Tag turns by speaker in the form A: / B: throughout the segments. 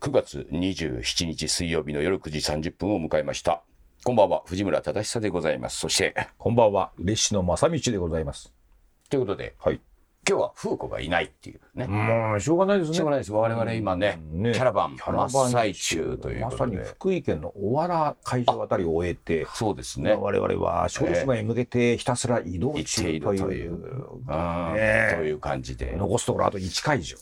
A: 9月27日水曜日の夜9時30分を迎えました。こんばんは、藤村忠久でございます。そして、
B: こんばんは、列子の正道でございます。
A: ということで、
B: はい。
A: 今日は風子がいないっていうね。
B: もうしょうがないですね。
A: しょうがないです。我々今ね、
B: ね
A: キャラバン
B: キャラバ
A: 真
B: ン
A: っ最中という
B: ま
A: こ
B: さ
A: とで。
B: に福井県の小原会場あたりを終えて、
A: そうですね。
B: ね、我々は小豆島へ向けてひたすら移
A: 行
B: 動
A: ってい
B: 中
A: ると
B: という、
A: いう、うん
B: ねえ
A: という感じで。
B: 残すところあと1会場。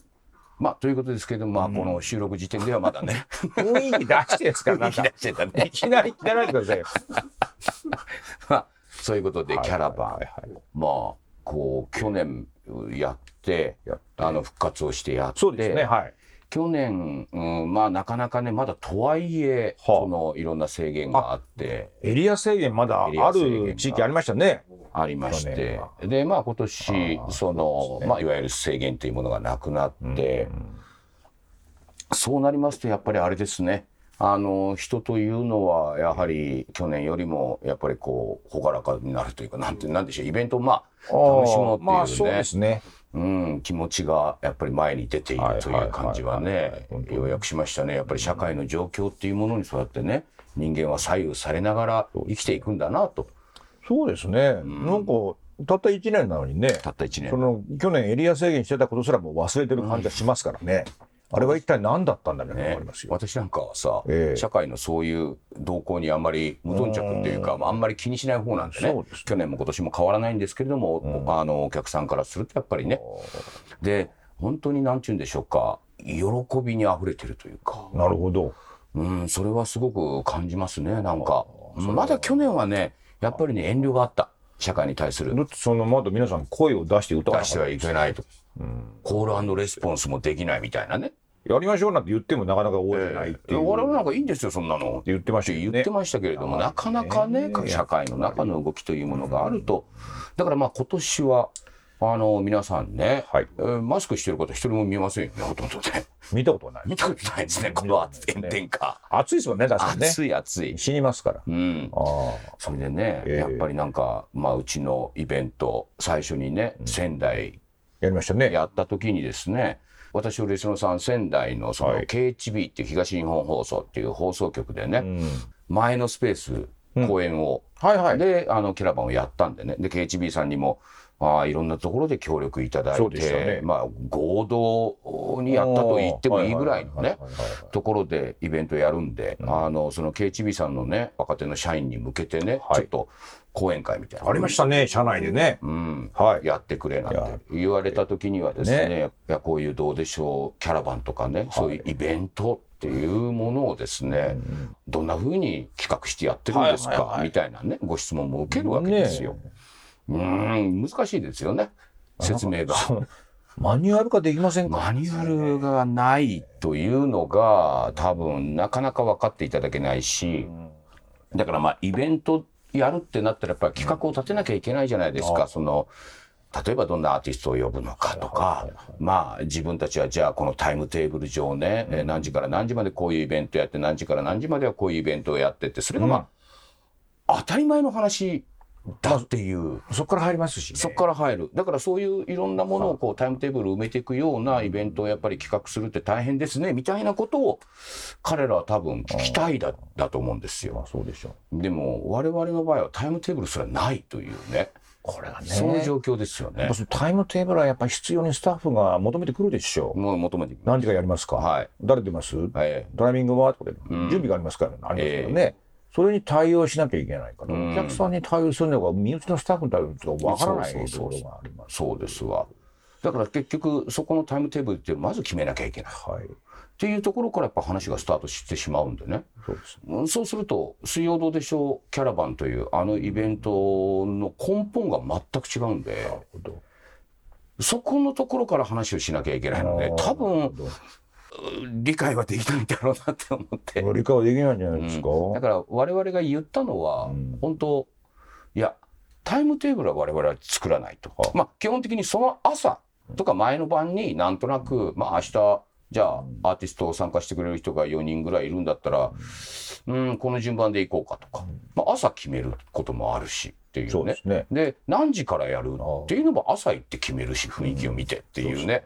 A: まあ、ということですけど、まあ、この収録時点ではまだ ね、
B: 雰囲気出してですか ら、なんか
A: 出してた ね
B: いきなり切らないでくださいよ。
A: まあ、そういうことでキャラバン、
B: はいはいはいはい
A: まあこう去年やって
B: やって
A: あの復活をしてやって
B: そうですね、はい。
A: 去年、うん、まあなかなかねまだとはいえ、
B: はあ
A: そのいろんな制限があって
B: エリア制限まだ
A: エリア
B: あ
A: 制限が
B: る地域ありましたね。
A: ありまし
B: 去年
A: て
B: は
A: でまあ今年
B: ああ
A: そのまあいわゆる制限というものがなくなって、
B: うん
A: そうなりますとやっぱりあれですねあの人というのはやはり去年よりもやっぱりこう朗らかになるというかなんてなんでしょうイベントをまあ楽しもうっていうね
B: まあそうですね。
A: うん、気持ちがやっぱり前に出ているという感じは
B: はいはいはいはい
A: ね
B: 本当、に
A: ようやくしましたね。やっぱり社会の状況っていうものにそうやってね、人間は左右されながら生きていくんだなと、
B: そうですね。なんか、たった1年なのにね。
A: たった1年。
B: その去年エリア制限してたことすらもう忘れてる感じがしますからね、あれは一体何だったんだろうね
A: ね
B: 思います、よ、
A: 私なんかはさ、
B: ええ
A: 社会のそういう動向にあんまり無頓着っていうか、まああんまり気にしない方なんでね
B: そうですね
A: 去年も今年も変わらないんですけれども、あのお客さんからするとやっぱりね、で、本当になんて言うんでしょうか、喜びに溢れてるというか。
B: なるほど
A: うん、それはすごく感じますね、なんか。まだ去年はね、やっぱりね、遠慮があった。社会に対す
B: だ
A: る。
B: ってそのまだ皆さん声を出して歌わな
A: 出
B: かっ
A: したてはいけないと。コールレスポンスもできないみたいなね。
B: やりましょうなんて言ってもなかなか覚えてないっていう、
A: 我々
B: って
A: なんかいいんですよ、そんなの。
B: 言ってましたよ
A: 言
B: ね
A: ってましたけれども、なかなかね、社会の中の動きというものがあると。だからまあ今年は、あの、皆さんね、
B: はい
A: えーマスクしてる方一人も見ませんよね、ほとんど ね。
B: 見たことない
A: 見たことないですね、この炎天下。
B: 暑いですもんね確かにね
A: 暑い暑い。
B: 死にますから
A: うん。
B: あ
A: それでね、
B: ええ
A: やっぱりなんか、まあ、うちのイベント最初にね、仙台
B: やりましたね
A: やった時にですね私と列野さん仙台のその
B: はい
A: KHB っていう東日本放送っていう放送局でね、
B: うん
A: 前のスペース公演を、
B: はいはい
A: であのキャラバンをやったんでねで KHB さんにもまあいろんなところで協力いただ
B: そ
A: いう
B: で
A: て、
B: したね
A: まあ合同にやったと言ってもいいぐらいのね
B: はいはいはいはい
A: ところでイベントやるんで、あのその KHB さんのね若手の社員に向けてね、
B: はい
A: ちょっと講演会みたいな
B: ありましたね社内でね、
A: うん
B: はい
A: やってくれなん
B: や
A: て言われた時にはですね
B: ね
A: いやこういうどうでしょうキャラバンとかね、そういうイベントっていうものをですね、どんな風に企画してやってるんですか、
B: はいはいはい
A: みたいなねご質問も受けるわけですよ。うーん難しいですよね説明が。
B: マニュアル化できませんか
A: マニュアルがないというのが多分なかなか分かっていただけないし、だからまあイベントやるってなったらやっぱり企画を立てなきゃいけないじゃないですか、その例えばどんなアーティストを呼ぶのかとか、まあ自分たちはじゃあこのタイムテーブル上ね、えー何時から何時までこういうイベントやって何時から何時まではこういうイベントをやってってそれがまあ、当たり前の話だっていう。
B: そこから入りますしね
A: そこから入る。だからそういういろんなものをこうタイムテーブルを埋めていくようなイベントをやっぱり企画するって大変ですね、みたいなことを彼らは多分聞きたいだだと思うんですよ。
B: まあそうでしょう
A: でも我々の場合はタイムテーブルすらないというね、
B: これがね
A: そういう状況ですよ
B: やっ
A: ね
B: ぱ。そのタイムテーブルはやっぱ必要にスタッフが求めてくるでしょう。
A: もう求めてきま
B: 何時からやりますか、
A: はい
B: 誰出ます、
A: す。え
B: ドライビングはとかで準備がありますからね、ありますけどね、それに対応しなきゃいけないから、
A: うん
B: お客さんに対応するのが身内のスタッフに対応するのがわからない
A: そうそ
B: と
A: うそう
B: ころがあります。
A: そうですわ。だから結局そこのタイムテーブルっていうのをまず決めなきゃいけない。
B: はい、
A: っていうところからやっぱ話がスタートしてしまうんでね。
B: そうですね。
A: うんそうすると「水曜どうでしょうキャラバン」というあのイベントの根本が全く違うんで
B: なるほど
A: そこのところから話をしなきゃいけないので多分うん理解はできないんだろうなって思って
B: 理解はできないんじゃないですか。
A: だから我々が言ったのは
B: うん
A: 本当いやタイムテーブルは我々は作らないと
B: はあ
A: まあ基本的にその朝とか前の晩になんとなくまあ明日じゃあアーティストを参加してくれる人が4人ぐらいいるんだったらうんこの順番でいこうかとかまあ朝決めることもあるしってい
B: そううで
A: ね
B: すね。
A: で何時からやる
B: ああ
A: っていうのも朝行って決めるし雰囲気を見てっていうね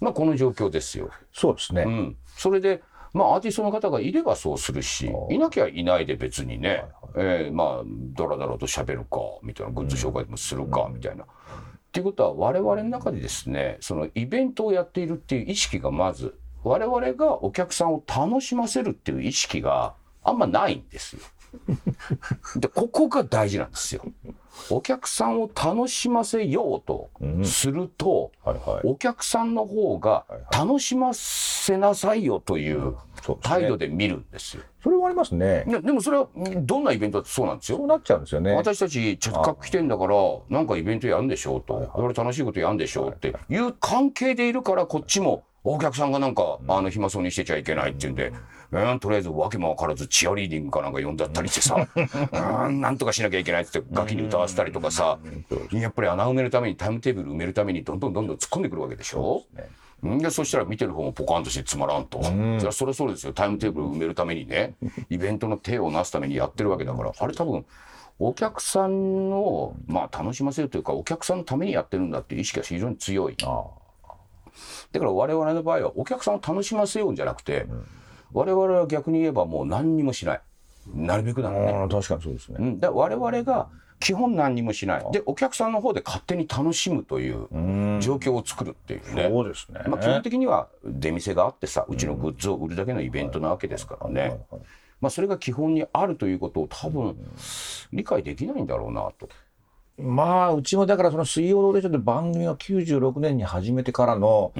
A: まあこの状況ですよ。
B: そうですね。
A: うん、それでまあアーティストの方がいればそうするし
B: ああ
A: いなきゃいないで別にね、
B: いはい
A: えーまあだらだらと喋るかみたいなグッズ紹介でもするかみたいな。っていうことは我々の中でですねそのイベントをやっているっていう意識がまず我々がお客さんを楽しませるっていう意識があんまないんですよ。でここが大事なんですよ。お客さんを楽しませようと
B: うん
A: すると、
B: はいはい。
A: お客さんの方が楽しませなさいよという
B: そうですね
A: 態度で見るんですよ。
B: それはありますね。
A: ねでもそれはんどんなイベントだってそうなんです
B: そう
A: よ。
B: なっちゃうんですよね。
A: 私たち着覚来てんだからなんかイベントやるんでしょうと、俺楽しいことやるんでしょうっていう関係でいるからこっちもお客さんがなんか、あの暇そうにしてちゃいけないっていうんで、うん、とりあえず訳も分からずチアリーディングかなんか呼んだったりしてさ、うん、なんとかしなきゃいけないっつってガキに歌わせたりとかさ、やっぱり穴埋めるためにタイムテーブル埋めるためにどんどんどんどん突っ込んでくるわけでしょ
B: そうです
A: んでそしたら見てる方もポカンとしてつまらんと、そりゃそれそうですよタイムテーブル埋めるためにねイベントの手をなすためにやってるわけだからあれ多分お客さんを、まあ、楽しませるというかお客さんのためにやってるんだっていう意識が非常に強い
B: あ
A: だから我々の場合はお客さんを楽しませようんじゃなくて、我々は逆に言えばもう何にもしないなるべくならね
B: あ、確かにそうです
A: う
B: ね。
A: ん、だから我々が基本何にもしないでお客さんの方で勝手に楽しむという
B: うん。
A: 状況を作るっていうね、
B: そうですね。
A: まあ、基本的には出店があってさうちのグッズを売るだけのイベントなわけですからね、まあ、それが基本にあるということを多分理解できないんだろうなと。
B: まあ、うちもだからその水曜ローデーションで番組を96年に始めてからの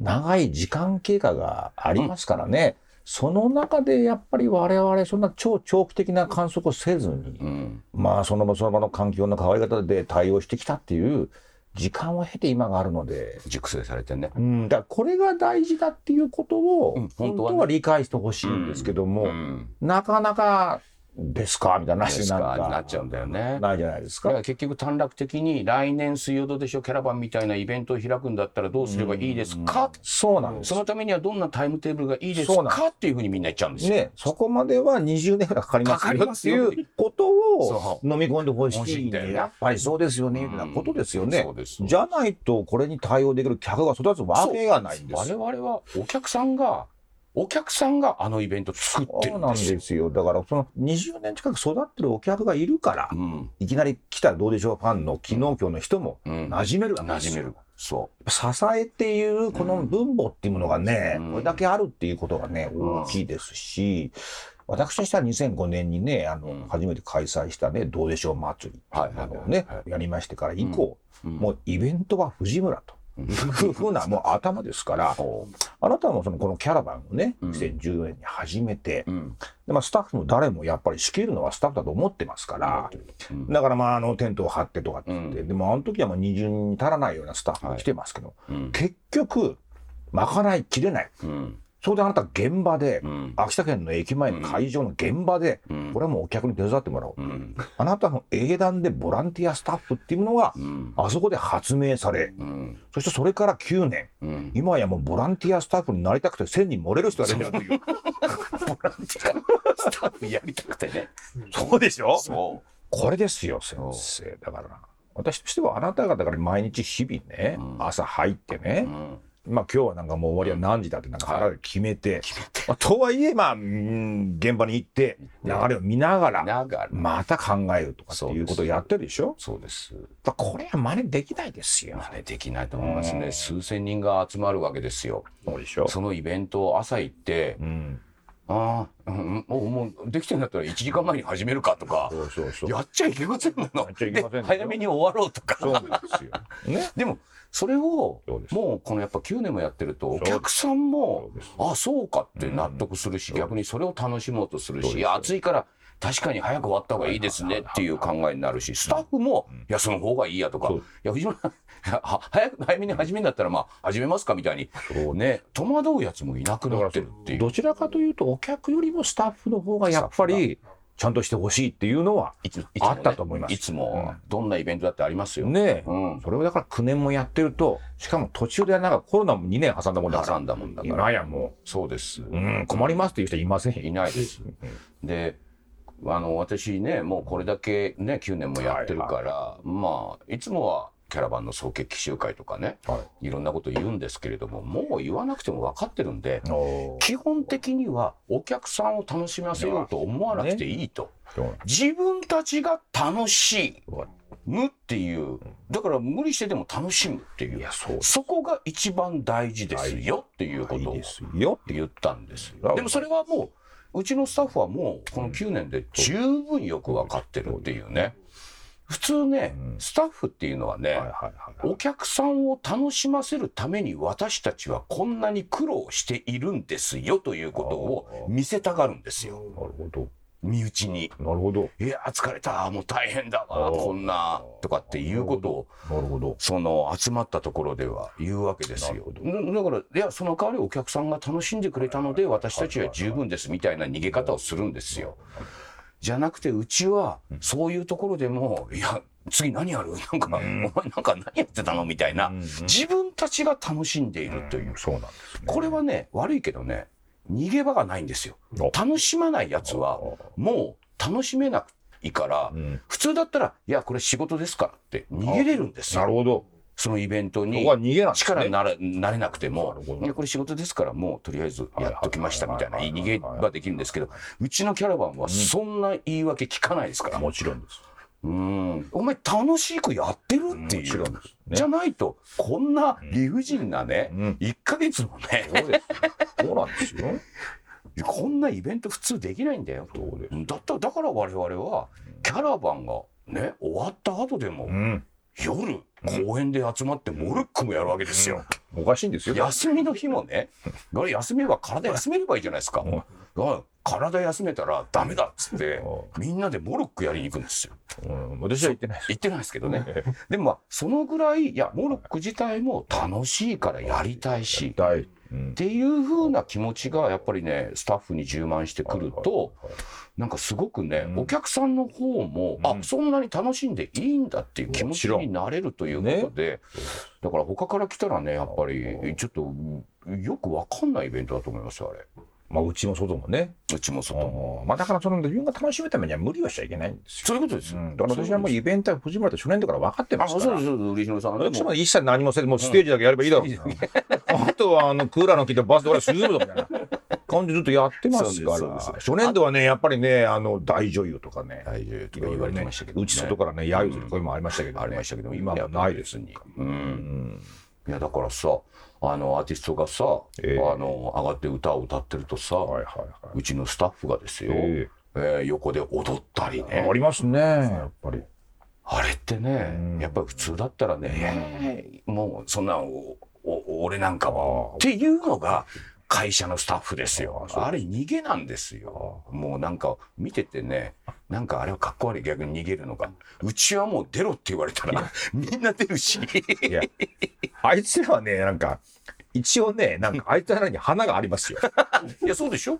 B: 長い時間経過がありますからね。その中でやっぱり我々そんな超長期的な観測をせずに、
A: うん
B: まあその場その場の環境の変わり方で対応してきたっていう時間を経て今があるので、
A: 熟成されてね
B: うん、だからこれが大事だっていうこと
A: う
B: を
A: ん本
B: 本
A: 当はね
B: 当は理解してほしいんですけども、
A: うん
B: なかなかですかみたいな
A: で
B: 話に
A: す
B: な
A: か
B: ん
A: なっ
B: か
A: ちゃうんだよね。
B: ないじゃないです
A: だか
B: か。
A: ら結局短絡的に来年水曜どうでしょうキャラバンみたいなイベントを開くんだったらどうすればいいですか
B: そうなんです
A: そ。のためにはどんなタイムテーブルがいいです
B: そうなんで
A: かっていうふうにみんな言っちゃうんですよ。
B: ね、そこまでは20年ぐらいかかります
A: かかり
B: よ
A: ま
B: っ
A: す
B: て
A: よ
B: いうことを
A: そ
B: 飲み込んでほし
A: 欲し
B: い
A: い
B: ん
A: ん
B: だ
A: だ
B: よ
A: よね
B: ね。やっぱりそうですよね、
A: うん
B: みたいなことですよね
A: そう。です
B: じゃないと、これに対応できる客が育つわけがないんですよ
A: 我。々はお客さんがお客さんがあのイベント作って
B: そ
A: る
B: うんなん
A: で
B: です
A: よ。
B: すよ。だから、その20年近く育ってるお客がいるから
A: う、ん
B: いきなり来たらどうでしょうファンの昨日今日の人も
A: うん
B: 馴染めるわけで
A: 馴
B: す
A: 染め
B: よ。
A: る。そ
B: 支えっていうこの分母っていうものがね、
A: うん
B: これだけあるっていうことがね、
A: うん
B: 大きいですし、私としては2005年にね、あの、
A: うん
B: 初めて開催したね、どうでしょう祭り、
A: はい
B: あのね、
A: はい
B: やりましてから以降、
A: う。
B: も
A: も
B: うイベントは藤村と。
A: う
B: いうふうなもう頭です から、あなたもそのこのキャラバンをね、
A: うん
B: 2014年に始めて、
A: うん
B: でまあ、スタッフも誰もやっぱり仕切るのはスタッフだと思ってますから、
A: うん
B: だからまああのテントを張ってとかって言って、
A: う
B: でもあの時はもう二巡に足らないようなスタッフが来てますけど、
A: うん
B: 結局まかないきれない
A: うん
B: そこであなた現場で、
A: うん
B: 秋田県の駅前の会場の現場で、
A: うん
B: これはもうお客に手伝ってもらおう、
A: うん
B: あなたの英断でボランティアスタッフっていうのが
A: うん
B: あそこで発明され
A: うん
B: そしてそれから9年
A: うん
B: 今やもうボランティアスタッフになりたくて1000人漏れる人がいるんだよという
A: スタッフやりたくてね。
B: そうでしょ
A: そ
B: これですよ先生だから私としてはあなたがだから毎日日々ね、
A: うん
B: 朝入ってね
A: う。う、ん
B: まあ今日はなんかもう終わりは何時だってなんか腹で決めて、まあとはいえまあうん現場に行って流れを見ながら
A: ながら。
B: また考えるとかっていうことをやってるでしょ
A: そうです。
B: だからこれは真似できないですよ。
A: 真似できないと思いますね。数千人が集まるわけですよ。
B: そうでしょ
A: そのイベントを朝行って、
B: うん、
A: ああ、うん、もう、もうできてるんだったら1時間前に始めるかとか、
B: そうそうそう。
A: やっちゃいけませんもの
B: っちゃいけません
A: で
B: よ
A: 早めに終わろうと
B: そう
A: か。
B: なんですよ。ね。
A: でも、それを
B: そうで、す
A: もうこのやっぱ9年もやってると、
B: う
A: お
B: です
A: 客さんも
B: そうです、
A: あ、そうかって納得するし、逆にそれを楽しもうとするし、いや暑いから、確かに早く終わった方がいいですねっていう考えになるし、スタッフも、いや、その方がいいやとか、
B: そ
A: いうや、藤村さん、は早く、早めに始めんだったら、まあ、始めますかみたいに、
B: そう
A: ね、戸惑うやつもいなくなってるっていう。
B: どちらかというとお客よりもスタッフの方がやっぱりちゃんとしてほしいっていうのはい
A: ついつもね
B: あったと思います
A: いつも、どんなイベントだってありますよ。
B: ねえ、
A: うん。
B: それをだから9年もやってるとしかも途中でなんかコロナも2年挟んだもんだから
A: 挟んだもんだから。
B: 今やも
A: そうです。
B: う、うん、困りますっていう人いませんよ
A: いないです。で、あの、私ね、もうこれだけね、9年もやってるから、まあ、いつもはキャラバンの総決起集会とかね、、
B: はい
A: ろんなこと言うんですけれども、もう言わなくても分かってるんで、
B: おー
A: 基本的にはお客さんを楽しませようと思わなくていいと。
B: そうなんで
A: 自分たちが楽し
B: すわ
A: むっていう、だから無理してでも楽しむっていう、
B: いやそう
A: そこが一番大事ですよっていうこ
B: い
A: と
B: い
A: を
B: ですよ
A: 言ったんです
B: う
A: よ。
B: ん
A: でもそれはもう、うちのスタッフはもうこの9年で十分よく分かってるっていうね。普通ね、スタッフっていうのは
B: はいはい
A: ね、
B: はいはい
A: お客さんを楽しませるために私たちはこんなに苦労しているんですよということを見せたがるんですよ。
B: なるほど
A: 身内に。
B: なるほど
A: いや、疲れた、もう大変だわ、
B: あー
A: こんな、とかっていうことを、
B: なるほど
A: その集まったところでは言うわけですよ。だだから、いや、その代わりお客さんが楽しんでくれたので、私たちは十分ですみたいな逃げ方をするんですよ。じゃなくて、うちは、そういうところでも、いや、次何やる なんか、お前なんか何やってたのみたいな、自分たちが楽しんでいるという。
B: そうなんですね
A: これはね、悪いけどね、逃げ場がないんですよ。
B: お
A: 楽しまないやつは、もう楽しめないから、
B: ん
A: 普通だったら、いや、これ仕事ですからって逃げれるんです
B: な
A: よ。
B: るほど
A: そのイベント
B: こ
A: に
B: こ。は逃げなんです
A: 力に
B: ね
A: なれなれなくても
B: なるほ、ど
A: いやこれ仕事ですから、もうとりあえずやっときましたみたいな、
B: はいは
A: 逃
B: いはいは
A: げ
B: い
A: 場できるんですけど、うちのキャラバンはそんな言い訳聞かないですから、
B: もちろんです
A: うん、お前楽しくやってるっていう。
B: もちろんですね
A: じゃないと、こんな理不尽なね、
B: うん
A: 1ヶ月もね、
B: そうです そうなんですよ
A: こんなイベント普通できないんだよと
B: そうで
A: だっただから我々はキャラバンがね終わった後でも、
B: うん
A: 夜公園で集まってモルックもやるわけですよ、
B: おかしいんですよ
A: 休みの日もねあれ休めば体休めればいいじゃないですか、あ体休めたらダメだっつって
B: う
A: みんなでモルックやりに行くんですよ
B: うん私は言ってないです
A: 言ってないですけどねでもまあそのぐらいいやモルック自体も楽しいからやりたいし
B: 大うん
A: っていう風な気持ちがやっぱりねスタッフに充満してくるとなんかすごくね、
B: うん
A: お客さんの方も、あそんなに楽しんでいいんだっていう気持
B: も
A: ち
B: ちろん
A: になれるということで、だから他から来たらねやっぱりちょっとうんよくわかんないイベントだと思いますよあれ
B: まあうちも外もね
A: うちも外も、
B: うんまあだからその自分が楽しむためには無理はしちゃいけないんです
A: そういうことです
B: よ
A: よ、
B: だから私はもうイベントは藤村と初年度から分かって
A: あ
B: ます
A: そう
B: か
A: そう
B: ら
A: そう売野さんで
B: 私
A: も
B: も一切何もせず、もうステージだけやればいいだろう。あとは、あの、クーラーの効いたバスで俺、涼むぞみた いな感じずっとやってますか
A: そうで
B: ら。
A: すそうで
B: 初年度はね、やっぱりね、あの、大女優とかね、
A: 大丈夫と
B: い
A: か
B: ろい
A: 言わ
B: ろ
A: れて
B: ね
A: ましたけ、ど、ね、
B: うち外からね、揶揄する声もありましたけどね。
A: ありましたけど
B: 今もないです。
A: に、うんいやだからさあのアーティストがさ、
B: ええ
A: あの上がって歌を歌ってるとさ、
B: はいはいは
A: うちのスタッフがですよ、え
B: え
A: ー横で踊ったりね
B: い。ありますね、やっぱり。
A: あれってね、
B: うん
A: やっぱり普通だったらね、えーもうそんなんおお俺なんか
B: あ
A: は
B: あ
A: っていうのが会社のスタッフですよ
B: ああそう
A: あれ逃げなんですよもうなんか見ててねなんかあれはかっこ悪い逆に逃げるのがうちはもう出ろって言われたらみんな出る し
B: いや、あいつらはね、なんか、一応ね、なんか、 あいつらに花がありますよ。
A: いやそうでしょ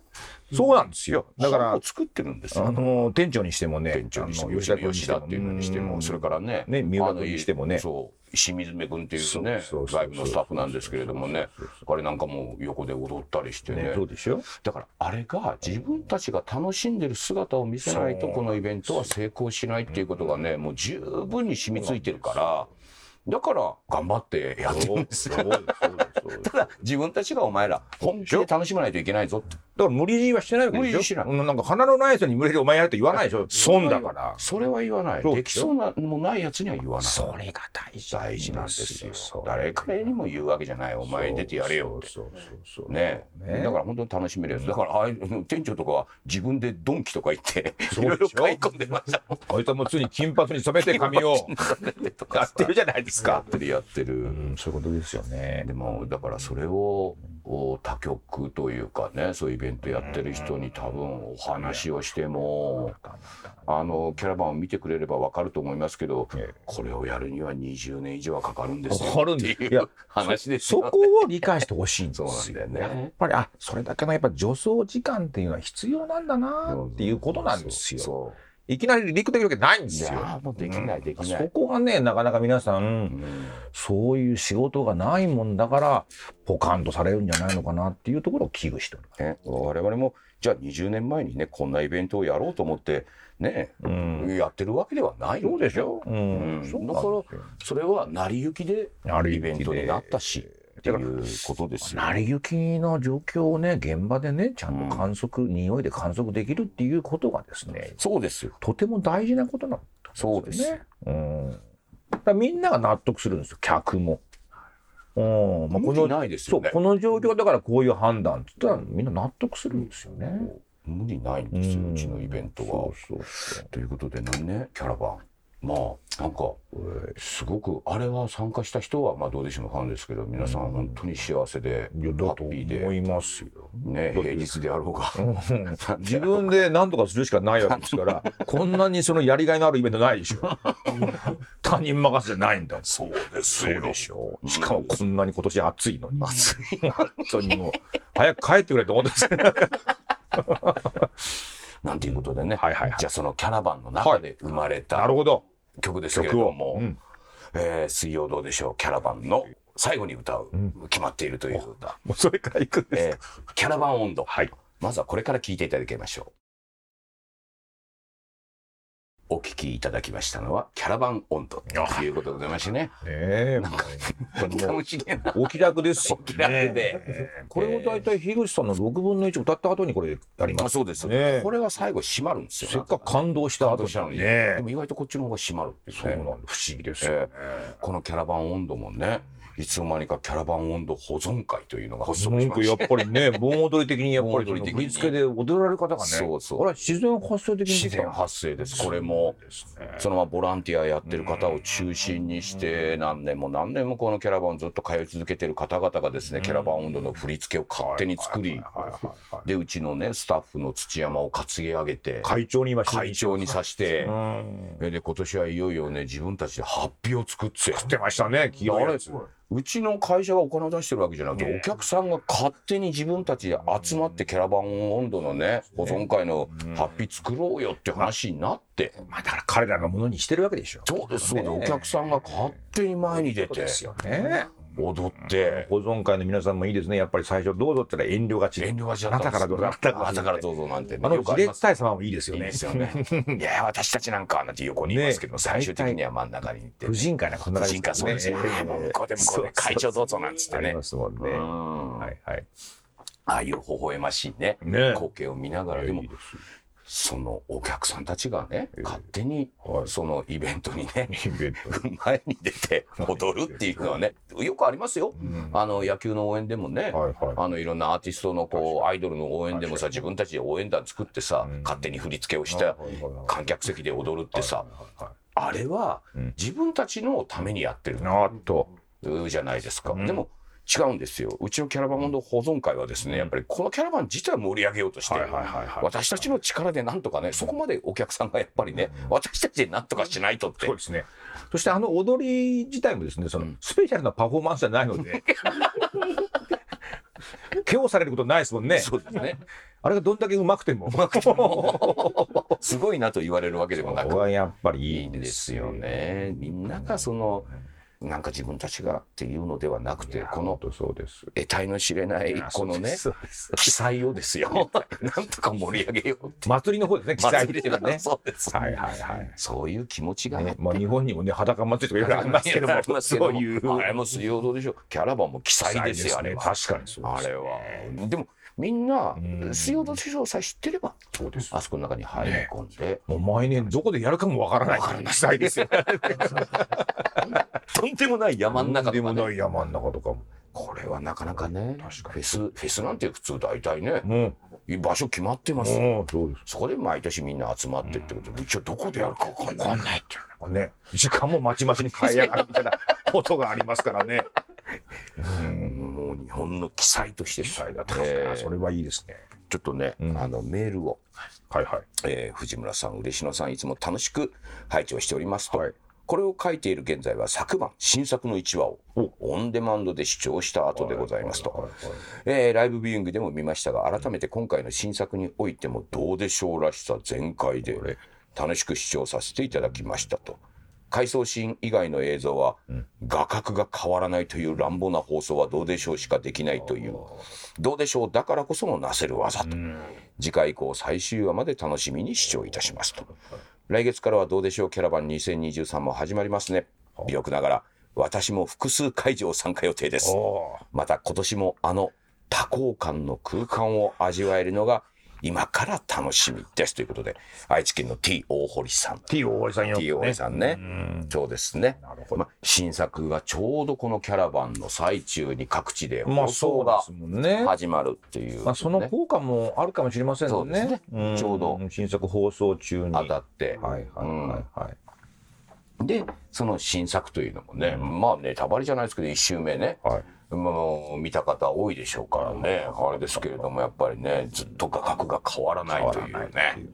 B: そうなんですよ。だか
A: 本
B: ら
A: を、作ってるんですよ
B: あの、店長にしてもね、
A: 店長にして
B: あの
A: も吉田吉田っていうのにして
B: う
A: も
B: ん
A: それからね
B: ね三浦君にしてもね
A: あのそう清水目君っていうね
B: そうそうそうそう
A: ライブのスタッフなんですけれどもね彼なんかもう横で踊ったりして
B: ね
A: ね
B: そうでしょ
A: だからあれが自分たちが楽しんでる姿を見せないと
B: そう
A: このイベントは成功しないっていうことがねもう十分に染みついてるからだから頑張ってやってるんですよ
B: そうそうそうそう
A: ただ自分たちがお前ら本気で楽しまないといけないぞって
B: だから無理強いはしてないわけで
A: 無
B: しょ
A: 理強いしない
B: うんなんか鼻のない人に群れるお前やると言わないでしょ損だから。
A: それは言わない
B: そう
A: できそうなもないやつには言わない
B: それが大事
A: 大事なんですよ。
B: そう
A: 誰彼にも言うわけじゃない。お前出てやれよって。
B: そうそうそうそう。
A: ね
B: ね
A: だから本当に楽しめるやつ。だからああいう店長とかは自分でドンキとか行って、い
B: そうでしょ
A: ろいろ買い込んでましたもん。
B: あいつはもうついに金髪に染めて髪を
A: と
B: や
A: か
B: ってるじゃないです
A: や
B: か
A: っ。てるやって
B: う
A: る。
B: ん、そういうことですよね
A: で。もだからそれをお他局というかね、そういうイベントやってる人に多分お話をしても、あのキャラバンを見てくれればわかると思いますけど
B: ええ、
A: これをやるには20年以上はかかるんですよ。
B: かかるんです
A: って
B: い
A: い
B: や
A: う話です
B: そ
A: よ。
B: こを理解してほしいんですよ。
A: そうなんだよね
B: やっぱり、あ、それだけのやっぱ助走時間っていうのは必要なんだなっていうことなんですよ。
A: そうそう
B: いきなりリンクできるわけないんですよ。
A: やーもうできないできな
B: そ
A: い。
B: こがね、なかなか皆さ、
A: うんん
B: そういう仕事がないもんだから、ポカンとされるんじゃないのかなっていうところを危惧しております。
A: ね、我々もじゃあ20年前にねこんなイベントをやろうと思ってね、
B: うん
A: やってるわけではない
B: そうでしょ
A: う
B: うんん
A: だ
B: そうなん
A: か
B: ですよ
A: らそれは成り行きで
B: 成り
A: イ
B: 行きで
A: ベントになったしっていうことですよ
B: 成り行きの状況をね、現場でね、ちゃんと観測、匂いで観測できるっていうことがですね、
A: そうですよ
B: とても大事なことなんですよ
A: そうですよ
B: ね。うん。だからみんなが納得するんですよ、客も。うん。まあ、こ
A: 無
B: の
A: 理ないです
B: そ
A: よ
B: う、
A: ね
B: この状況だからこういう判断って言ったらみんな納得するんですよね。
A: 無理ないんですよ
B: ん
A: うちのイベントは。
B: そうそう
A: ということでねキャラバンまあなんかすごくあれは参加した人はまあどうでしょうのファンですけど皆さん本当に幸せでハ
B: いやだと
A: ッピー
B: 思
A: で、
B: いますよ。
A: ね、平日であろうが。
B: 自分で何とかするしかないわけです から、こんなにそのやりがいのあるイベントないでし ょ。他人任せじゃないんだ。
A: そうで
B: そうでしょ。
A: ん
B: しかもこんなに今年暑いのに。暑い。本当にもう、早く帰ってくれと思ってます。
A: なんていうことでね、
B: はいはいはい
A: じゃあそのキャラバンの中で生まれ
B: な
A: た
B: るほど。
A: 曲ですけれども、えー水曜どうでしょうキャラバンの最後に歌う、決まっているという歌、
B: もうそれから行くんです。
A: えーキャラバン温度、まずはこれから聴いていただきましょう。お聴きいただきましたのはキャラバン温度ということでございましてね、
B: ねえ、も
A: とてもしげな
B: うお気楽ですよ
A: お気楽
B: ね。
A: で、
B: これを大体樋口さんの6分の1歌った後にこれやりま
A: あ
B: す。
A: そうです、
B: ねえ
A: これは最後締まるんですよ。
B: せっかく感動した後
A: どうしたのに、
B: にね
A: で。も意外とこっちの方が締まるっていうね
B: そうなんだ。不思議ですよ。
A: ええこのキャラバン温度もねいつの間にかキャラバン温度保存会というのが発足
B: な
A: し
B: ん
A: ま
B: か
A: し
B: やったぱりね、盆踊り的にやっぱ
A: 盆
B: りそ
A: 踊り
B: の
A: 的に
B: 振り付けで踊られる方がね、
A: そうそう
B: あれは自然発生的に
A: 自然発生ですこれもそのままボランティアやってる方を中心にして何年も何年もこのキャラバンをずっと通い続けてる方々がですねキャラバン温度の振り付けを勝手に作りでうちのねスタッフの土山を担ぎ上げて
B: 会長に今
A: 会長にさして
B: うん
A: で今年はいよいよね自分たちでハッピーを作って
B: 食ってましたね黄
A: いや
B: 色い
A: あれ
B: やつ
A: うちの会社がお金を出してるわけじゃなくて、お客さんが勝手に自分たちで集まってキャラバン温度のね、保存会のハッピー作ろうよって話になって、
B: まあだから彼らのものにしてるわけでしょ
A: そうです、そうです、お客さんが勝手に前に出て、
B: よね
A: 踊って、
B: 保存会の皆さんもいいですねやっぱり最初どうぞって言ったら遠慮がち
A: 遠慮がちだ
B: あ
A: っ
B: な
A: た
B: た
A: んで
B: か
A: す
B: らどうぞあな
A: 朝
B: たから
A: からどうぞなんてね、
B: あの
A: よく
B: 自
A: あり
B: 烈
A: ます。
B: 隊様もいいですよ
A: いい
B: ね
A: ですよね。 いや、私たちなんかなんて横にいますけど、
B: ね
A: 最終的には真ん中に行って、
B: 婦人会なんかそんな
A: 婦
B: 感じ
A: 人会そうですね。
B: ええ
A: 向こうで向こうで会長どうぞなんつって
B: あり
A: ね
B: ま。すもんね
A: うん
B: はいはい
A: ああいう微笑ましいね、
B: ね
A: 光景を見ながら、でも、そのお客さんたちがね、勝手に、そのイベントにね、前に出 て踊るっていうのはね、よくありますよ。あの、野球の応援でもね、
B: はいはい
A: あの、いろんなアーティストのこう、アイドルの応援でもさ、自分たちで応援団作ってさ、勝手に振り付けをした
B: はいはいはい
A: 観客席で踊るってさ、
B: はい
A: あれは
B: うん
A: 自分たちのためにやってる
B: あっと
A: じゃないですか。
B: うん
A: でも違うんですよ。うちのキャラバン温度保存会はですね、やっぱりこのキャラバン自体を盛り上げようとして、
B: はいはいはいはい
A: 私たちの力でなんとかね、そこまでお客さんがやっぱりね、私たちでなんとかしないとって
B: そう。ですね。そしてあの踊り自体もですね、そのスペシャルなパフォーマンスじゃない ので、 ケオされることないですもんね。
A: そうです ね。
B: あれがどんだけうまくても。
A: すごいなと言われるわけでもな
B: こ
A: く
B: こ。はやっぱり
A: い
B: い
A: い
B: い
A: ん
B: で
A: ですす
B: よ
A: よ
B: ね。
A: ね。みんながその、なんか自分たちがっていうのではなくて、この
B: 本当そうです。
A: 得体の知れないこのね、
B: そうです
A: 記載をです よ。なんとか盛り上げよう って。
B: 祭りの方ですね、記載っていうのはね。
A: そうです。
B: はいはいはい。
A: そういう気持ちがね
B: ね、まあ日本にもね、裸祭りとかいろいろありますけど
A: あり
B: も、
A: ますけど
B: そう
A: も
B: いう。
A: あれも水曜どうでしょう。キャラバンも記載ですよ、あれは。
B: 確かにそうで
A: あ
B: すね
A: れは。でも、みんな、水曜どうでしょうさえ知ってれば、
B: そうです。
A: あそこの中に入り込んで、
B: もう毎年どこでやるかもわからない。記載ですよ。
A: とんでもない山の中
B: で
A: で
B: も
A: も
B: ない山の中とかも。
A: これはなかなかね、
B: 確かに
A: フェス、フェスなんて普通大体ね、
B: も
A: 場所決まってま
B: う、
A: す。
B: もう、そうです。
A: そこで毎年みんな集まってってことで、一応どこでやるかわかんない。っていう
B: ね、時間もまちまちに変えやがるみたいなことがありますからね。
A: もう日本の記載として。
B: え
A: え
B: ー
A: ー
B: それはいいですね。
A: ちょっとね、あのメールを。
B: はいはい。
A: えー藤村さん、嬉野さん、いつも楽しく拝聴しておりますと、
B: はい
A: これを書いている現在は昨晩、新作の1話をオンデマンドで視聴した後でございますと、えーライブビューイングでも見ましたが、改めて今回の新作においても、どうでしょうらしさ全開で、楽しく視聴させていただきましたと。回想シーン以外の映像は、画角が変わらないという乱暴な放送はどうでしょうしかできないという、どうでしょうだからこそのなせる技と。次回以降最終話まで楽しみに視聴いたしますと。来月からはどうでしょうキャラバン2023も始まりますね。微力ながら、私も複数会場参加予定です。また今年もあの多幸感の空間を味わえるのが今から楽しみですということで、愛知県の T 大堀さん。
B: T 大江さんよく
A: T 大堀さんね。そうですね。
B: なるほど
A: まあ、新作がちょうどこのキャラバンの最中に各地で
B: ま
A: 放
B: あそ
A: 送
B: う
A: が
B: ですもんね。
A: 始まるっていう、ね
B: まあ、その効果もあるかもしれませんね。
A: そうですね
B: ん
A: ちょうど
B: 新作放送中に。
A: 当たって。
B: はいはいはいはい。
A: で、その新作というのもね、まあネタバレじゃないですけど、1周目ね、
B: はい
A: もう見た方多いでしょうからね、あれですけれども、やっぱりね、ずっと画角が変わらないというね。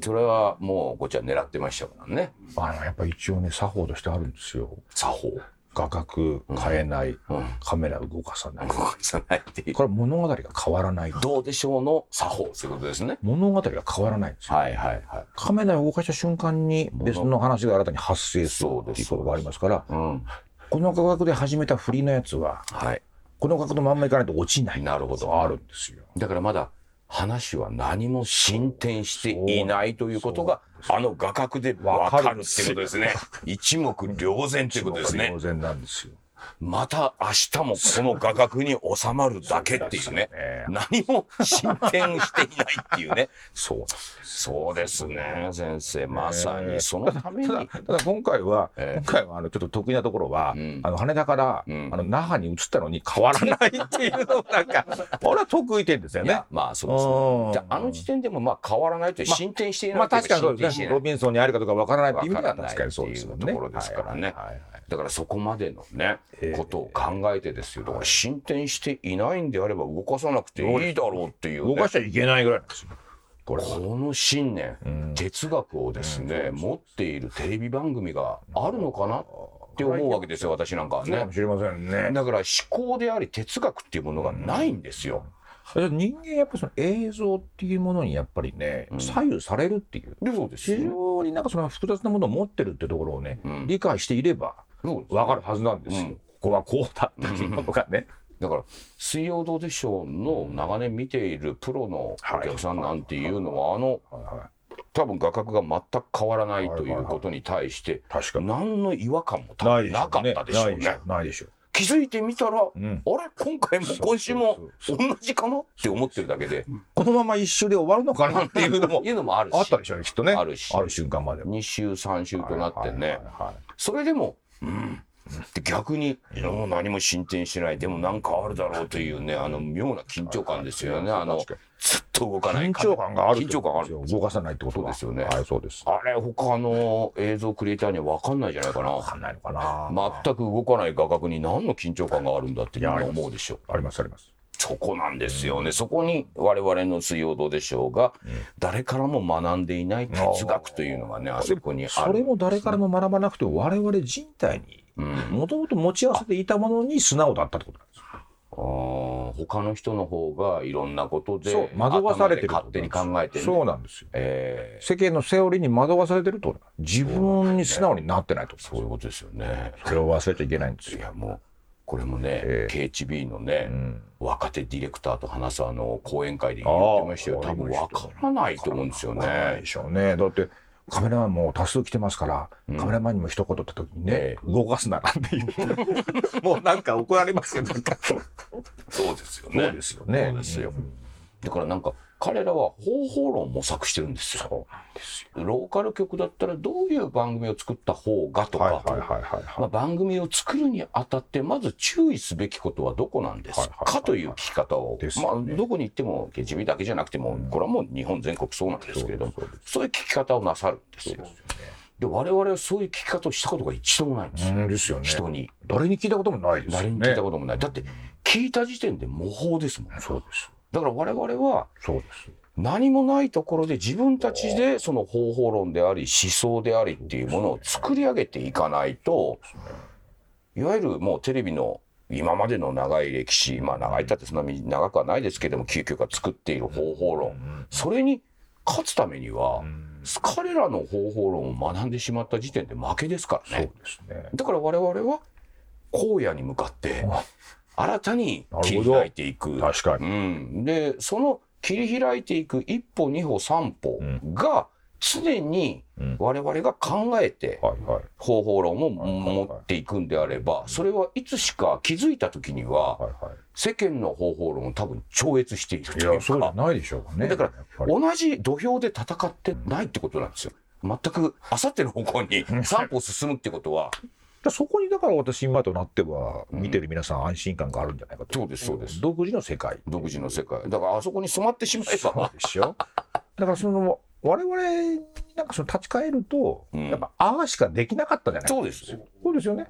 A: それはもうこっちは狙ってましたからね。
B: あのやっぱ一応ね作法としてあるんですよ。
A: 作法。
B: 画角変えない、
A: うん。
B: カメラ動かさない。
A: 動かさないっていう。
B: これは物語が変わらない。
A: どうでしょうの作法ということですね。
B: 物語が変わらないんですよ。
A: はいはいはい。
B: カメラを動かした瞬間に別の話が新たに発生する
A: そうです
B: っていうことがありますから、
A: うん。
B: この画角で始めた振りのやつは、
A: はい。
B: この画角のまんまいかないと落ちない。
A: なるほど
B: あるんですよ。
A: だからまだ話は何も進展していないということが、あの画角でわかるっていうことですね。一目瞭然ということですね
B: 当。然なんですよ。
A: また明日もこの画角に収まるだけっていうね。何も進展していないっていうね。
B: そう。
A: そうですね、先生。まさにそのため
B: ただ、
A: に。
B: ただ今回は、
A: ええ
B: 今回はあのちょっと得意なところは、
A: うん
B: あの羽田から、
A: うん
B: あの那覇に移ったのに変わらないっていうのもなん か、俺は得意点ですよ
A: い
B: ね
A: や。まあそうですね。
B: うん
A: じゃああの時点でもまあ変わらないという進展していない
B: まあ
A: とい
B: 確
A: えば
B: かにそう
A: 進展
B: で
A: していない
B: すね。ロビンソンにあるかどうかわからないっていう意
A: わ
B: 味
A: から
B: では
A: ない
B: 確かにそうですもんね。
A: っていうところですからね
B: はいはいはいはい
A: だからそこまでのね
B: え、え
A: ことを考えてですよ。だから進展していないんであれば動かさなくていいだろうっていうね、
B: 動かしちゃいけないぐらいなんですよ。これは。
A: この信念、哲学をですね、持っているテレビ番組があるのかなって思うわけですよ、私なんかは
B: そうか
A: ね
B: も。しれませんね。
A: だから思考であり哲学っていうものがないんですよ。
B: 人間やっぱりその映像っていうものにやっぱりね、左右されるっていう。
A: でそうですよ
B: 非
A: ね。
B: 常になんかその複雑なものを持ってるってところをね、
A: ん
B: 理解していれば
A: そうです
B: わかるはずなんですよ。
A: うん
B: ここはこうだったりとかね。
A: だから「水曜どうでしょう」の長年見ているプロのお客さんなんていうのはあの多分画角が全く変わらないということに対して
B: 確かに。
A: 何の違和感も多
B: ない
A: 分
B: でしょうね。
A: なかったでしょうね。
B: ないでしょう。
A: 気づいてみたら、
B: ん
A: あれ今回も今週も同じかなって思ってるだけ で
B: このまま一緒で終わるのかなっていうのも
A: いうのもあるし
B: あったでしょうね、きっとね。
A: あるし
B: ある瞬間まで。
A: 2週3週となってね、
B: はいはいはい
A: それでもうんで逆にもう何も進展してないでもなんかあるだろうというねあの妙な緊張感ですよねあの
B: 確かに
A: ずっと動かない
B: 緊張感があるって
A: 緊張
B: こ
A: 感あ
B: とです
A: る
B: よ。動かさないってことは
A: そうですよね
B: はい、そうです。
A: あれ他の映像クリエイターには分かんないじゃないか
B: わか
A: なん
B: ないのかな。
A: 全く動かない画角に何の緊張感があるんだってみんな思うでしょう
B: ありますあります。
A: そこなんですよね。そこに我々の水曜どうでしょうが、誰からも学んでいない哲学というのがね、あそこにあ
B: それ
A: る。
B: も誰からも学ばなくても我々人体にもともと持ち合わせていたものに素直だったってことなんですよ。
A: あー他の人の方がいろんなことで、
B: そう惑わされてる
A: 頭で勝手に考えてる。
B: そうなんですよ。
A: え
B: 世間のセオリーに惑わされてるってことなんです自分に素直になってないってこと
A: ーそういうことですよね。
B: それを忘れちゃいけないんで
A: い
B: すよ。
A: や、もう、これもね、
B: え
A: KHB のね、
B: ん
A: 若手ディレクターと話すあの、講演会で言ってましたよ。
B: あー
A: 多分分からないと思うんですよ
B: わからない
A: ね
B: で。しょうね。だってカメラマンも多数来てますから、カメラマンにも一言って時にね
A: え、
B: 動かすならって 言って、もうなんか怒られますよ、なんか。そう
A: そうですよ
B: ですよね。
A: そうですよ。だからなんか彼らは方法論を模索してるんですよ。
B: そうなんですよ。
A: ローカル局だったらどういう番組を作った方がとか、
B: はいはいはいはいはい。
A: まあ、番組を作るにあたってまず注意すべきことはどこなんです
B: はいはいは
A: か
B: い
A: という聞き方を、
B: です
A: まあ
B: よ、ね
A: どこに行っても KGB だけじゃなくてもこれはもう日本全国そうなんですけれどもそういう聞き方をなさるんですよ。で我々はそういう聞き方をしたことが一度もないんですよ、
B: うんですよね。
A: 人に。
B: 誰に聞いたこともないですよ
A: 誰
B: ね。
A: に聞いたこともない、だって聞いた時点で模倣ですもん
B: そうです。
A: だから我々は
B: そうです。
A: 何もないところで自分たちでその方法論であり思想でありっていうものを作り上げていかないといわゆるもうテレビの今までの長い歴史まあ長いったってそんなに長くはないですけども究極が作っている方法論それに勝つためには彼らの方法論を学んでしまった時点で負けですから
B: そう
A: ね
B: で。すね。
A: だから我々は荒野に向かって
B: あ
A: 新たに
B: なるほど
A: 切り開いていく。
B: 確か
A: う
B: に。
A: ん、でその切り開いていく一歩二歩三歩が常に
B: うん
A: 我々が考えて
B: はいはい。
A: 方法論を
B: はいはいは
A: 持
B: い
A: っていくんであればそれはいつしか気づいた時には
B: はいは
A: 世間の方法論を多分超越している
B: い。い
A: という
B: や、そうじゃ
A: か
B: ないでしょうかね。
A: だから
B: やっぱり
A: 同じ土俵で戦ってないってことなんですよ。全くあさっての方向 に三歩進むってことは
B: だそこにだから私今となっては見てる皆さん安心感があるんじゃないかと、
A: そうですそうです
B: 独自の世界
A: 独自の世界だからあそこに染まってしまえば
B: でしょだからその我々になんかその立ち返ると、
A: うん
B: やっぱああしかできなかったじゃない
A: そうですよ
B: そうですよね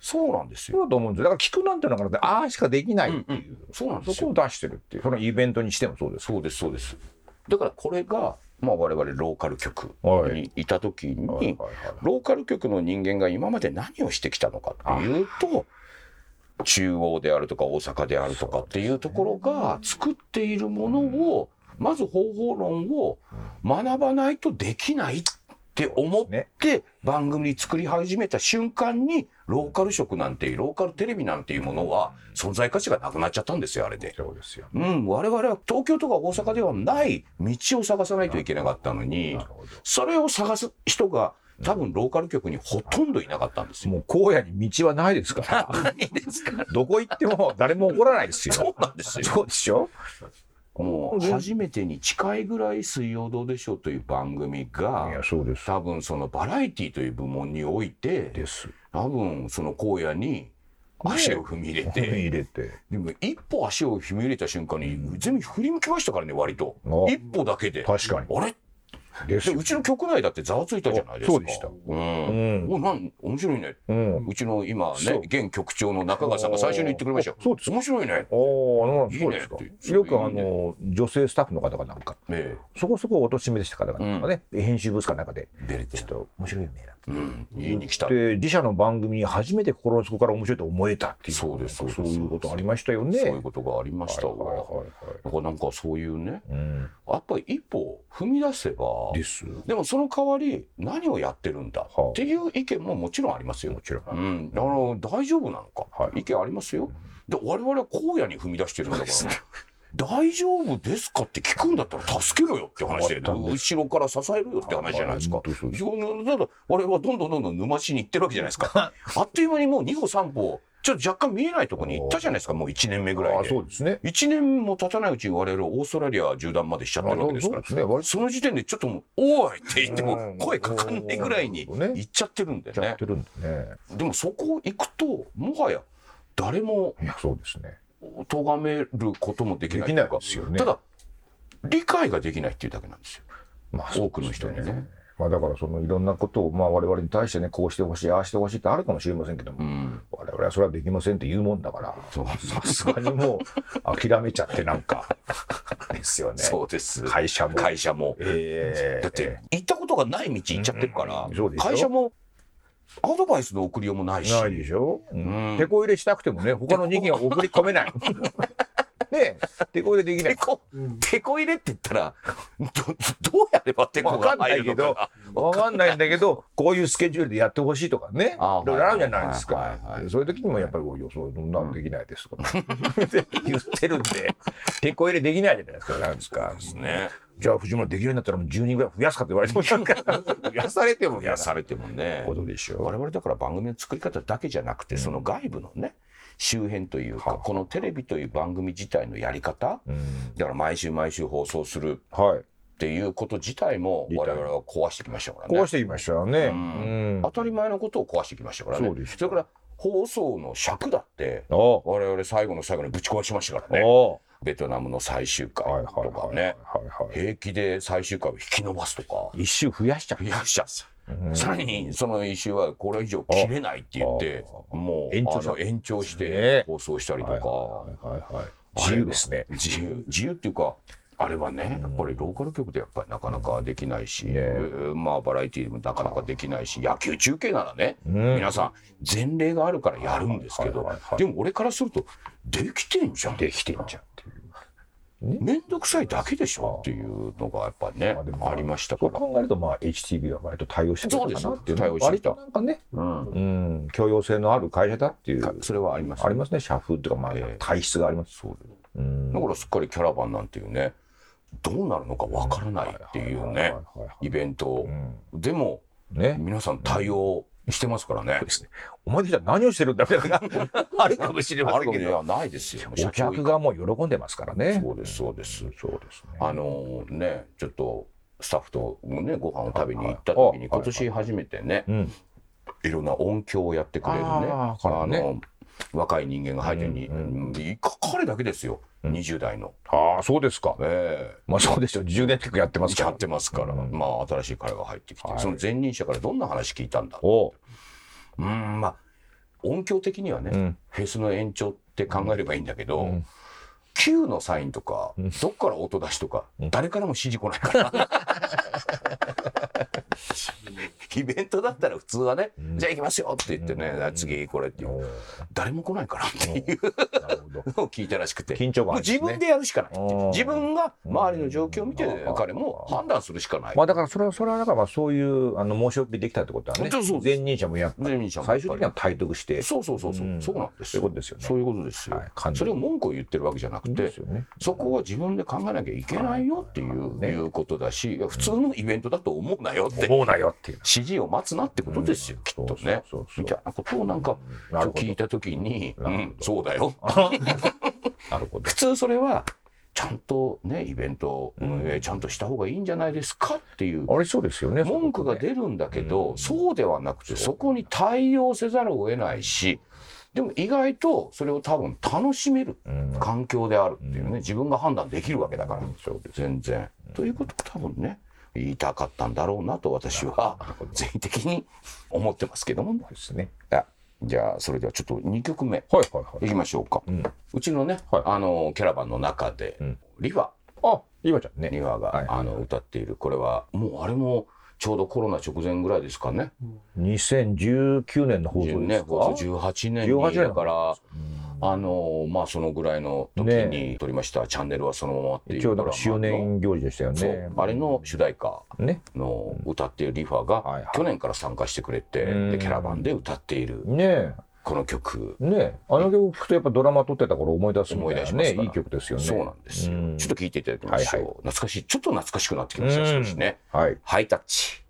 A: そうなんです
B: そ
A: よ。
B: うだと思うんですよだから聞くなんてのはああしかできないっていう、
A: そうなんですよ
B: そこを出してるっていうそのイベントにしてもそうです
A: そうですそうですだからこれが、まあ、我々ローカル局
B: はい
A: にいた時に、
B: はいはい
A: ローカル局の人間が今まで何をしてきたのかっていうと中央であるとか大阪であるとかっていうところが作っているものを、まず方法論を学ばないとできないって思っ
B: ね
A: て番組作り始めた瞬間にローカル色なんていうローカルテレビなんていうものは存在価値がなくなっちゃったんですよあれで。
B: そうですよ
A: うん、我々は東京とか大阪ではない道を探さないといけなかったのに
B: なるほど
A: それを探す人が多分ローカル局にほとんどいなかったんですよ。
B: もう荒野に道はないですか ら
A: ないですから
B: どこ行っても誰も怒らないですよ
A: そうなんですよ。
B: そうでしょ
A: もう初めてに近いぐらい「水曜どうでしょう」という番組
B: いや
A: が
B: そうです
A: 多分そのバラエティという部門において
B: です
A: 多分その荒野に足を踏み入れ
B: 手
A: て
B: 入れて
A: でも一歩足を踏み入れた瞬間に全部振り向きましたからね割と
B: あ
A: 一歩だけであ
B: 確かに
A: れ
B: で
A: でうちの局内だってざわついたじゃないですか。
B: そうでした
A: うん。
B: うん
A: おなん面白いね。
B: うん
A: うちの今
B: そ
A: ね
B: う
A: 現局長の中川さんが最初に言ってくれましたよ。
B: あそうです
A: 面白いね。
B: おお、
A: いいね
B: そうですか
A: っていう。
B: よく
A: いいね
B: あの女性スタッフの方がなんか、
A: え
B: そこそこおとしめでした方がなんかね、編集ブースかなんかで、
A: え、出れて
B: ちょっ
A: る。
B: と面白いよね。
A: うん、家に来た。
B: で、自社の番組に初めて心の底から面白いと思えたっていう、
A: そうです
B: なんか
A: そうです
B: そういうことありましたよね。
A: そういうことがありました
B: はい
A: わ。
B: はい
A: だからなんかそういうね、
B: はいはい。うん。
A: やっぱり一歩踏み出せば、
B: です。
A: でもその代わり何をやってるんだ
B: はあ
A: っていう意見ももちろんありますよ
B: も。ちろん。
A: うん、あの大丈夫なのか、
B: はい
A: 意見ありますよ。で我々は荒野に踏み出してるんだから
B: そうで。
A: 大丈夫ですかって聞くんだったら助けろよって話で、
B: 終わったんで
A: 後ろから支えるよって話じゃないですか
B: はい本当そう。です
A: そうただ、我々はどんどんどんどん沼地に行ってるわけじゃないですか。 あっという間にもう2歩3歩、ちょっと若干見えないとこに行ったじゃないですか、もう1年目ぐら
B: あ
A: い
B: あ、
A: で。
B: そうですね。
A: 1年も経たないうちに我々はオーストラリア縦断までしちゃってるわけですから
B: あそうそうですね割と
A: その時点でちょっともう「おーい!」って言って
B: う
A: も
B: ん
A: 声かかんないぐらいに行っちゃってるんだよ
B: や
A: ね
B: ってるんでね。
A: でもそこ行くともはや誰も
B: いや、そうですね。
A: 咎めることもできないという
B: できない
A: か
B: ですよね
A: ただ理解ができないっていうだけなんですよ
B: まあ
A: 多くの人にね。
B: まあだからそのいろんなことをまあ我々に対してねこうしてほしいああしてほしいってあるかもしれませんけども、
A: うん
B: 我々はそれはできませんって言うもんだから
A: そう
B: さすがにもう諦めちゃってな んかですよね
A: そうです
B: 会社も
A: 会社も
B: ええ
A: だって行ったことがない道行っちゃってるから
B: うんそうでしょ
A: 会社もアドバイスの送りようもないし
B: ないでしょ、うん
A: うん
B: 手こ入れしたくてもね他の人間は送り込 めないねえ手こ入れできな
A: て
B: い
A: こ、てこ入れって言ったら、ど、どうやればてこ
B: わか
A: が
B: んな
A: 入
B: いけ
A: るの
B: ど
A: か
B: わかんないんだけど こういうスケジュールでやってほしいとかねい
A: あ
B: ろいろあるじゃないです
A: はいは
B: か
A: いはいはい
B: そういう時にもやっぱり「おいよそんなのできないです」とか 言ってるんで手こ入れできないじゃないですかなんですか。
A: な。ね。
B: じゃあ藤村できるようになったらもう10人ぐらい増やすかって言われてもなんか 増やされても
A: いや、されてもね。
B: ことでしょ
A: 我々だから番組の作り方だけじゃなくて、その外部のね、周辺というか、このテレビという番組自体のやり方、
B: うん
A: だから毎週毎週放送する
B: はい
A: っていうこと自体も
B: 自体
A: 我々は壊してきましたからね。
B: 壊してきましたよね、
A: うん
B: うん
A: 当たり前のことを壊してきましたからね。
B: そうです
A: れから放送の尺だって、
B: ああ
A: 我々最後の最後にぶち壊しましたからね。
B: あ
A: ベトナムの最終回
B: あはいはい
A: とか
B: はいはい
A: ね、
B: はい
A: 平気で最終回を引き延ばすとか、
B: 一周増やしちゃう
A: いやっしゃ、
B: うん
A: さらにその一周はこれ以上切れないって言って、もう
B: 延長
A: あの延長し
B: ね
A: て
B: え
A: 放送したりと
B: はい
A: か、
B: はいはい自由ですね
A: 自由、自由っていうか、あれはね、やっぱりローカル局でやっぱりなかなかできないし、
B: え
A: えーまあバラエティーでもなかなかできないし、野球中継ならね、
B: うん
A: 皆さん前例があるからやるんですけ
B: はい
A: ど
B: はいはいは、い
A: でも俺からすると、できてんじゃん。
B: できてんじゃんっていうね。
A: 面倒くさいだけでしょっていうのがやっぱね
B: あでも
A: ありましたか
B: そう
A: ら。
B: 考えると、まあ、HTB は割と対応してたかなっていう
A: そうですよ対応して
B: 割
A: た
B: となんかね、
A: うん、
B: うん、許容性のある会社だっていう、
A: それはあります
B: ありますね、社風っていうか、まあ
A: ええ、
B: 体質があります。そううん
A: だからすっかりキャラバンなんていうねどうなるのかわからないっていう
B: は
A: ね
B: ははいはい
A: イベント
B: うん
A: でも
B: ね、
A: 皆さん対応してますからね。
B: お前たちは何をしてるんだみたいなのがあるかもしれ ま
A: あ
B: せ
A: る
B: ん
A: わ
B: け
A: けで
B: ど、
A: はないですよ。
B: お客がもう喜んでますからね。
A: そうですそうです
B: うんそうですね。
A: あのねちょっとスタッフとねご飯を食べに行った時に
B: はいはい
A: 今年初めてね
B: うん、
A: いろんな音響をやってくれるねあ
B: あー彼ね
A: の若い人間が入ってるに、
B: うん
A: うんいか彼だけですよ、
B: うん
A: 20代の。
B: ああ、そうですか。
A: ええ
B: まあそうでしょう、10年近くやってますか
A: や
B: ら
A: っ。てますから、
B: うん
A: まあ新しい彼が入ってきて、
B: はい
A: その前任者からどんな話聞いたんだ
B: おう、
A: うーんまあ音響的にはね、
B: うん
A: フェスの延長って考えればいいんだけど、
B: うん
A: Q のサインとか、
B: うん
A: どっから音出しとか、
B: うん
A: 誰からも指示来ないから。 イベントだったら普通はね、
B: うん
A: じゃあ行きますよって言ってね、
B: うん
A: 次これっていう、
B: おう
A: 誰も来ないからっていう
B: なるほど。
A: のを聞いたらしくて、
B: 緊張
A: もう
B: 感あるんですね
A: 自分でやるしかないっていう
B: うん
A: 自分が周りの状況を見て
B: うん
A: 彼も判断するしかない
B: ま。あだからそれはそれはだからまあそういうあの申し送りできたってことはね
A: そうそうで
B: 前任者もやっぱ
A: 前任者もやっぱ
B: 最
A: り
B: 終的には体得して
A: そうそうそうそう、
B: うん
A: そうなんです
B: そういうことですよね
A: そういうことですよ、
B: はい完全に
A: それを文句を言ってるわけじゃなくて
B: ですよね
A: そこは自分で考えなきゃいけないよっていう,、
B: ね
A: いうことだしいや普通のイベントだと思うなよって、指
B: 思うなよっていう
A: 示を待つなってことですよ、きっとね
B: そうそうそう
A: みたいなことをなんか、
B: うんなるほど
A: 聞いた時に、う
B: なるほど
A: ん、そうだよ
B: なるほど
A: 普通それはちゃんとねイベント、うんえーちゃんとした方がいいんじゃないですかっていう
B: あれそうですよね
A: 文句が
B: る
A: 出るんだけど、そうではなくてそこに対応せざるを得ないしでも意外とそれを多分楽しめる
B: ん
A: 環境であるっていうね、自分が判断できるわけだから、
B: そうで
A: 全然。ということを多分ね言いたかったんだろうなと私は全員的に思ってますけども
B: すね
A: あじゃあそれではちょっと2曲目
B: はいはいはい
A: いきましょうか、うんちのね、
B: はい
A: あのキャラバンの中で、
B: ん
A: リファ
B: あリバちゃんね
A: リファが、
B: はい
A: あの歌っているこれはもうあれもちょうどコロナ直前ぐらいですかね、
B: 2019年の放送で
A: ね、
B: すか
A: 放送18年
B: 18
A: に
B: 年
A: だから、あのまあそのぐらいの時に
B: ね
A: 撮りました、チャンネルはそのままっていう
B: 一応だ
A: ドラマ
B: から周
A: の
B: 年行事でしたよ
A: そう
B: ね
A: あれの主題歌
B: ね
A: の歌っていうリファ
B: はいはい
A: が去年から参加してくれて、
B: うん
A: でキャラバンで歌っている
B: ねえ
A: この曲、
B: ねえあの曲聞くとやっぱドラマ撮ってた頃思い出すみ
A: 思い
B: た
A: 出
B: い
A: し
B: な
A: ます
B: ね
A: から
B: いい曲ですよね
A: そうなんですよ、
B: うん
A: ちょっと聴いていただきましょう、
B: はいは
A: 懐かしいちょっと懐かしくなってきましたし
B: うん
A: 少しね
B: はい
A: ハイタッチ